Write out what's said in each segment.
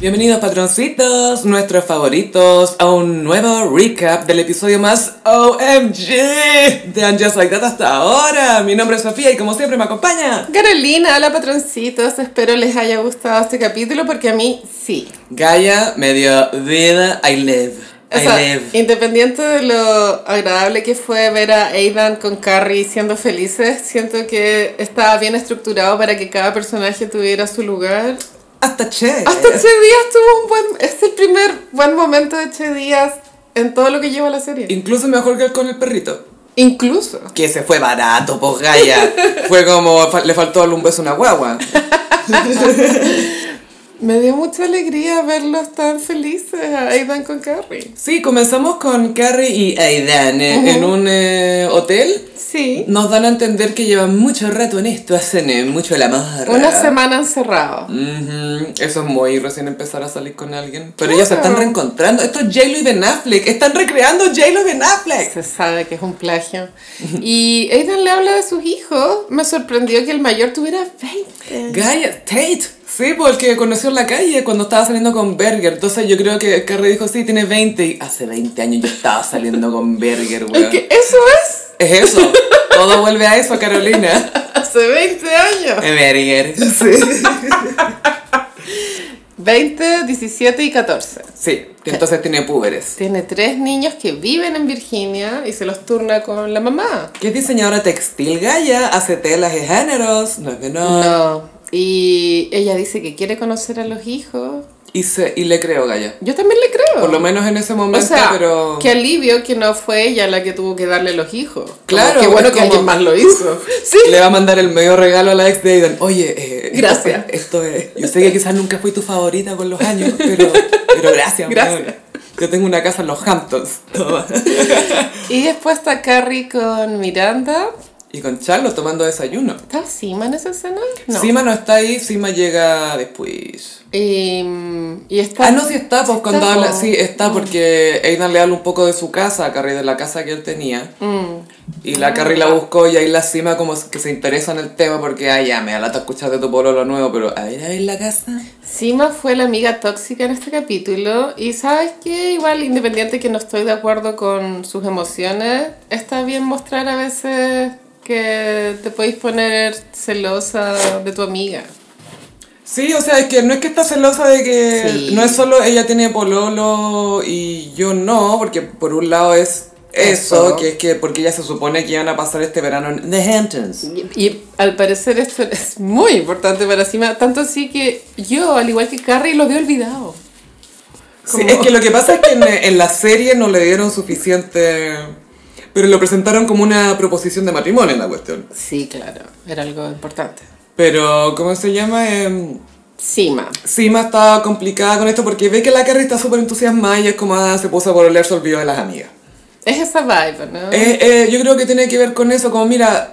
Bienvenidos patroncitos, nuestros favoritos, a un nuevo recap del episodio más OMG de And Just Like That hasta ahora. Mi nombre es Sofía y como siempre me acompaña. Carolina, hola patroncitos, espero les haya gustado este capítulo porque a mí sí. Gaia me dio vida, I live. O I sea, live. independiente de lo agradable que fue ver a Aidan con Carrie siendo felices, siento que estaba bien estructurado para que cada personaje tuviera su lugar. Hasta Che. Hasta Che Díaz tuvo un buen... Es el primer buen momento de Che Díaz en todo lo que lleva la serie. Incluso mejor que con el perrito. Incluso. Que se fue barato, pues Gaia. fue como fa- le faltó darle un beso a una guagua. Me dio mucha alegría verlos tan felices a Aidan con Carrie. Sí, comenzamos con Carrie y Aidan eh, en un eh, hotel. Sí. Nos dan a entender que llevan mucho rato en esto, hacen eh, mucho el amor. Una semana encerrado. Ujú, Eso es muy recién empezar a salir con alguien. Pero ellos se Claro. están reencontrando. Esto es J-Lo y Ben Affleck. Están recreando J-Lo y Ben Affleck. Se sabe que es un plagio. Y Aidan le habla de sus hijos. Me sorprendió que el mayor tuviera 20. Gaia, Tate. Sí, porque conoció en la calle cuando estaba saliendo con Berger. Entonces yo creo que Carrie dijo, sí, tiene 20. Y hace 20 años yo estaba saliendo con Berger, weón. Es que eso es Es eso. Todo vuelve a eso, Carolina. hace 20 años. Berger. 20, 17 y 14. Sí, que entonces tiene púberes. Tiene tres niños que viven en Virginia y se los turna con la mamá. Que es diseñadora textil Gaia, hace telas y géneros, no es menor. No. Y ella dice que quiere conocer a los hijos. Y, se, y le creo Gaia. Yo también le creo. Por lo menos en ese O momento, sea, pero... qué alivio que no fue ella la que tuvo que darle los hijos. Claro, Como, Qué bueno es que como- alguien más lo hizo. sí. Le va a mandar el medio regalo a la ex de Aidan. Oye, eh, esto Gracias. fue- Esto, es... Yo sé que quizás nunca fui tu favorita con los años, pero, pero gracias. Gracias. weón. Yo tengo una casa en los Hamptons. Toma. Y después está Carrie con Miranda. Y con Charlo tomando desayuno. ¿Está Sima en esa escena? No. Sima no está ahí, Sima llega después. Y, mm, y está... Ah, no, sí está, pues cuando está, Ah. habla, po. sí está, porque Aidan le habla un poco de su casa a Carrie, de la casa que él tenía. Mm. Y la Carrie la buscó y ahí la cima como que se interesa en el tema porque, ay, ya, me da lata escuchar de tu lo nuevo, pero a ver, a ver la casa. Sima fue la amiga tóxica en este capítulo. Y sabes que igual, independiente que no estoy de acuerdo con sus emociones, está bien mostrar a veces que te podéis poner celosa de tu amiga. Sí, o sea, es que no es que está celosa de que Sí. no es solo ella tiene pololo y yo no, porque por un lado es eso, Eso. que es que porque ella se supone que iban a pasar este verano en The Hamptons. Y, y al parecer esto es muy importante para Sima, tanto así que yo, al igual que Carrie, lo había olvidado. Sí, es que lo que pasa es que en, en la serie no le dieron suficiente, pero lo presentaron como una proposición de matrimonio en la cuestión. Sí, claro, era algo importante. Pero, ¿cómo se llama? Em, Sima. Sima está complicada con esto porque ve que la Carrie está súper entusiasmada y es como ah, se puso a pololear, se olvidó de las amigas. Es esa vibe, ¿no? Eh, eh, yo creo que tiene que ver con eso, como mira,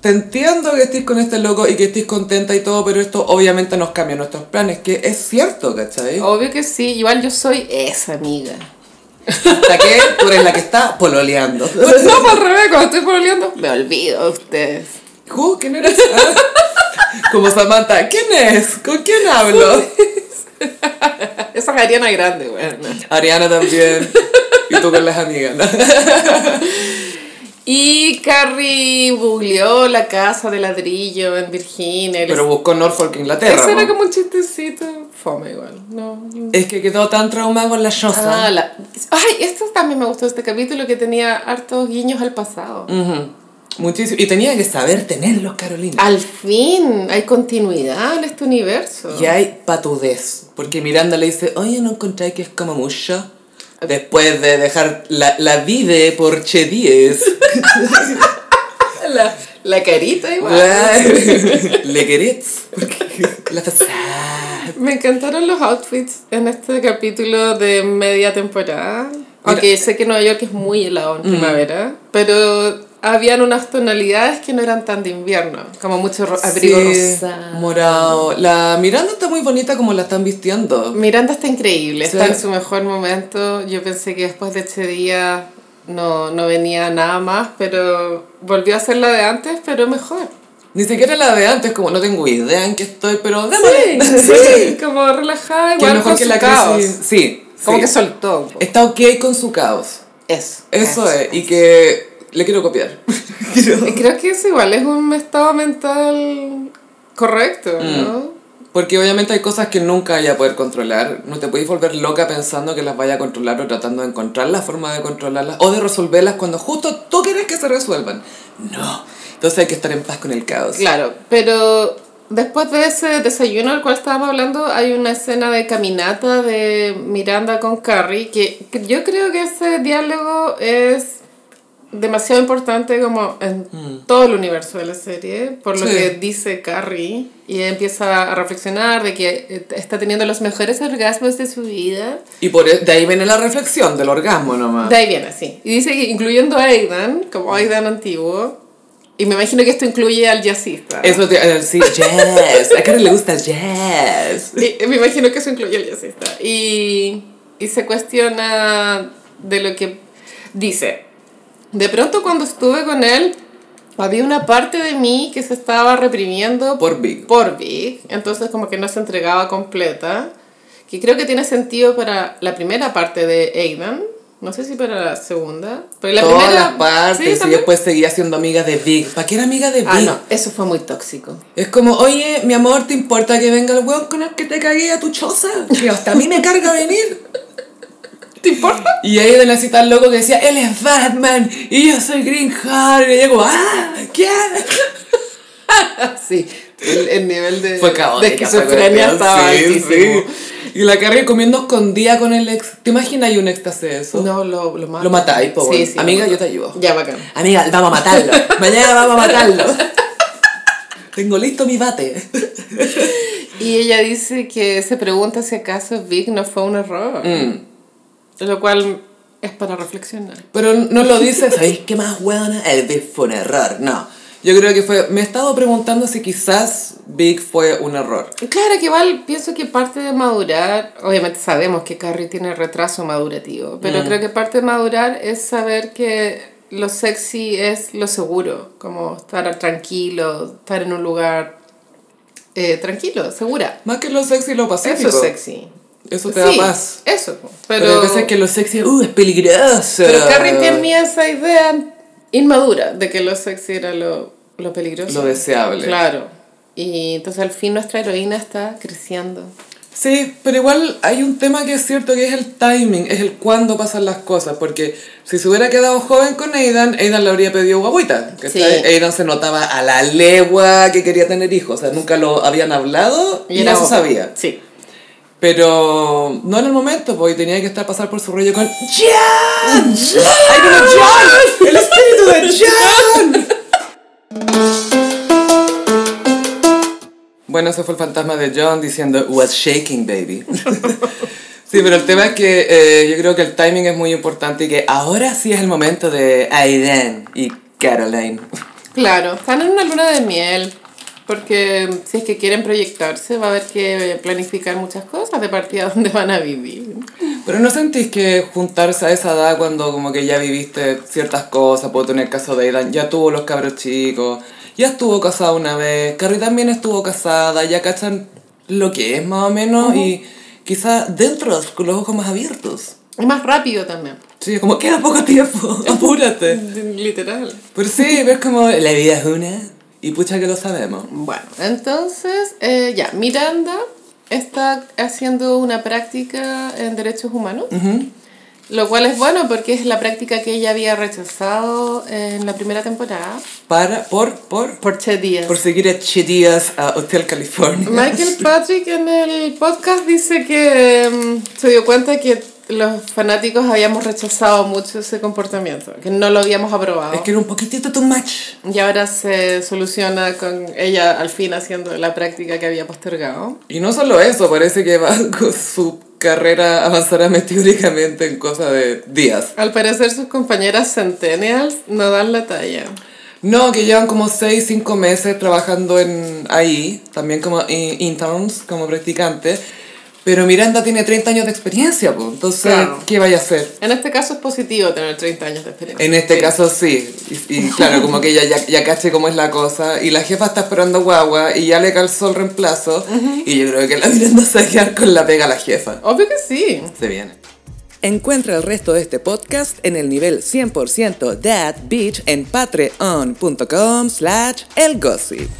te entiendo que estés con este loco y que estés contenta y todo, pero esto obviamente nos cambia nuestros planes, que es cierto, ¿cachai? Obvio que sí, igual yo soy esa amiga. Hasta que tú eres la que está pololeando. Pues no, al revés, cuando estoy pololeando, me olvido de ustedes. Ju, ¿Quién eres? Ah. Como Samantha, ¿quién es? ¿Con quién hablo? Esa es Ariana Grande, bueno. Ariana también. Y tú con las amigas. ¿no? Y Carrie googleó la casa de ladrillo en Virginia. y les- Pero buscó Norfolk, Inglaterra. Eso era po. como un chistecito. Fome igual, no, Es que quedó tan traumado con la choza. Ah, la- Ay, esto también me gustó este capítulo que tenía hartos guiños al pasado. Ujú. Muchísimo. Y tenía que saber tenerlos, Carolina. Al fin, hay continuidad en este universo. Y hay patudez. Porque Miranda le dice, oye, ¿no encontráis que es como mucho? Después de dejar la, la vive por Che 10. La, la carita igual. Le querés. Porque La pasada. Me encantaron los outfits en este capítulo de media temporada. Aunque sé que Nueva York es muy Mm. helado en primavera, pero habían unas tonalidades que no eran tan de invierno, como mucho ro- abrigo Sí, rosado. Morado. La Miranda está muy bonita como la están vistiendo. Miranda está increíble, Sí. está en su mejor momento. Yo pensé que después de este día no, no venía nada más, pero volvió a ser la de antes, pero mejor. Ni siquiera la de antes, como no tengo idea en qué estoy, pero Sí, démosle. sí, como relajada, Que es igual mejor con que su la caos. crisis. Sí. Como sí. que soltó. un poco. Está ok con su caos. Eso. Eso es. Y que le quiero copiar. Quiero- Y Creo que es igual, es un estado mental correcto, Mm. ¿no? Porque obviamente hay cosas que nunca vaya a poder controlar. No te puedes volver loca pensando que las vaya a controlar o tratando de encontrar la forma de controlarlas o de resolverlas cuando justo tú quieres que se resuelvan. No. Entonces hay que estar en paz con el caos. Claro, pero después de ese desayuno del cual estábamos hablando, hay una escena de caminata de Miranda con Carrie, que que yo creo que ese diálogo es demasiado importante como en todo el universo de la serie, por lo Mm. Sí. que dice Carrie, y ella empieza a reflexionar de que eh, está teniendo los mejores orgasmos de su vida. Y por e- de ahí viene la reflexión del orgasmo nomás. De ahí viene, sí. Y dice que incluyendo a Aidan, Mm. como Aidan antiguo, y me imagino que esto incluye al jazzista. Eso te... eh, sí, yes. A Karen le gusta yes. Y- me imagino que eso incluye al jazzista. Y, y se cuestiona de lo que dice. De pronto cuando estuve con él, había una parte de mí que se estaba reprimiendo Por Big. por Big, entonces como que no se entregaba completa, que creo que tiene sentido para la primera parte de Aidan, no sé si para la segunda, pero la Todas primera las partes. y también. después seguía siendo amiga de Big. ¿Para qué era amiga de Big? Ah, no, eso fue muy tóxico. Es como, oye, mi amor, ¿te importa que venga el weón con el que te cagué a tu choza? Que hasta a mí me carga venir. ¿Te importa? Y ahí de la cita al loco que decía, él es Batman y yo soy Green Hard. Y yo como, ah, ¿qué? sí, el, el nivel de, Fue de caótica. fue esquizofrenia cuestión, estaba sí, altísimo. sí. Y la Carrie comiendo escondida con el ex. ¿Te imaginas ahí un ex que hace eso? No, lo, lo mata. Lo matáis, po, weón. Amiga, lo mata. yo te ayudo. Ya, bacán. Amiga, vamos a matarlo. Mañana vamos a matarlo. Tengo listo mi bate. Y ella dice que se pregunta si acaso Big no fue un error, lo cual es para reflexionar. Pero no lo dice, ¿sabéis qué más hueona? El Big fue un error, no. Yo creo que fue, me he estado preguntando si quizás Big fue un error. Claro que igual pienso que parte de madurar, obviamente sabemos que Carrie tiene retraso madurativo, Mm. pero creo que parte de madurar es saber que lo sexy es lo seguro, como estar tranquilo, estar en un lugar eh, tranquilo, segura. Más que lo sexy, lo pacífico. Eso es sexy. Eso te da Sí, paz. Eso. Pero, Pero, a veces que lo sexy, uh, es peligroso. pero Carrie tenía esa idea inmadura de que lo sexy era lo, lo peligroso. Lo deseable. Claro. Y entonces al fin nuestra heroína está creciendo. Sí, pero igual hay un tema que es cierto que es el timing, es el cuándo pasan las cosas, porque si se hubiera quedado joven con Aidan, Aidan le habría pedido guaguita. que Sí. Aidan se notaba a la legua que quería tener hijos, o sea, nunca lo habían hablado y, era ya se obvio. sabía. Sí. Pero no en el momento, porque tenía que estar pasar por su rollo con Jan. ¡Ay, con el Jan! ¡El espíritu de Jan! Bueno, eso fue el fantasma de John diciendo What's shaking, baby? sí, pero el tema es que eh, yo creo que el timing es muy importante y que ahora sí es el momento de Aiden y Caroline. Claro, están en una luna de miel. Porque si es que quieren proyectarse, va a haber que planificar muchas cosas de partida donde van a vivir. Pero ¿no sentís que juntarse a esa edad cuando como que ya viviste ciertas cosas? Puedo tener el caso de Aidan, ya tuvo los cabros chicos, ya estuvo casada una vez, Carrie también estuvo casada, ya cachan lo que es más o menos y quizás dentro, con los ojos más abiertos. Es más rápido también. Sí, es como queda poco tiempo, apúrate. Literal. Pero sí, ves como la vida es una y pucha que lo sabemos. Bueno, entonces, eh, ya, Miranda está haciendo una práctica en derechos humanos, lo cual es bueno porque es la práctica que ella había rechazado en la primera temporada Para, por, por, por Che Díaz. por seguir a Che Díaz a Hotel California. Michael Patrick en el podcast dice que mm, se dio cuenta que los fanáticos habíamos rechazado mucho ese comportamiento, que no lo habíamos aprobado. Es que era un poquitito too much. Y ahora se soluciona con ella al fin haciendo la práctica que había postergado. Y no solo eso, parece que va con su carrera avanzará meteóricamente en cosa de días. Al parecer sus compañeras centennials no dan la talla. No, que llevan como 6, 5 meses trabajando en ahí, también como i- interns, como practicantes. Pero Miranda tiene 30 años de experiencia, pues. Entonces, Claro. ¿qué vaya a hacer? En este caso es positivo tener 30 años de experiencia. En este Sí. caso sí, y, y claro, como que ya, ya, ya caché cómo es la cosa, y la jefa está esperando guagua, y ya le calzó el reemplazo, y yo creo que la Miranda se va a quedar con la pega a la jefa. Obvio que sí. Se viene. Encuentra el resto de este podcast en el nivel 100% That Beach en patreon.com slash elgossip.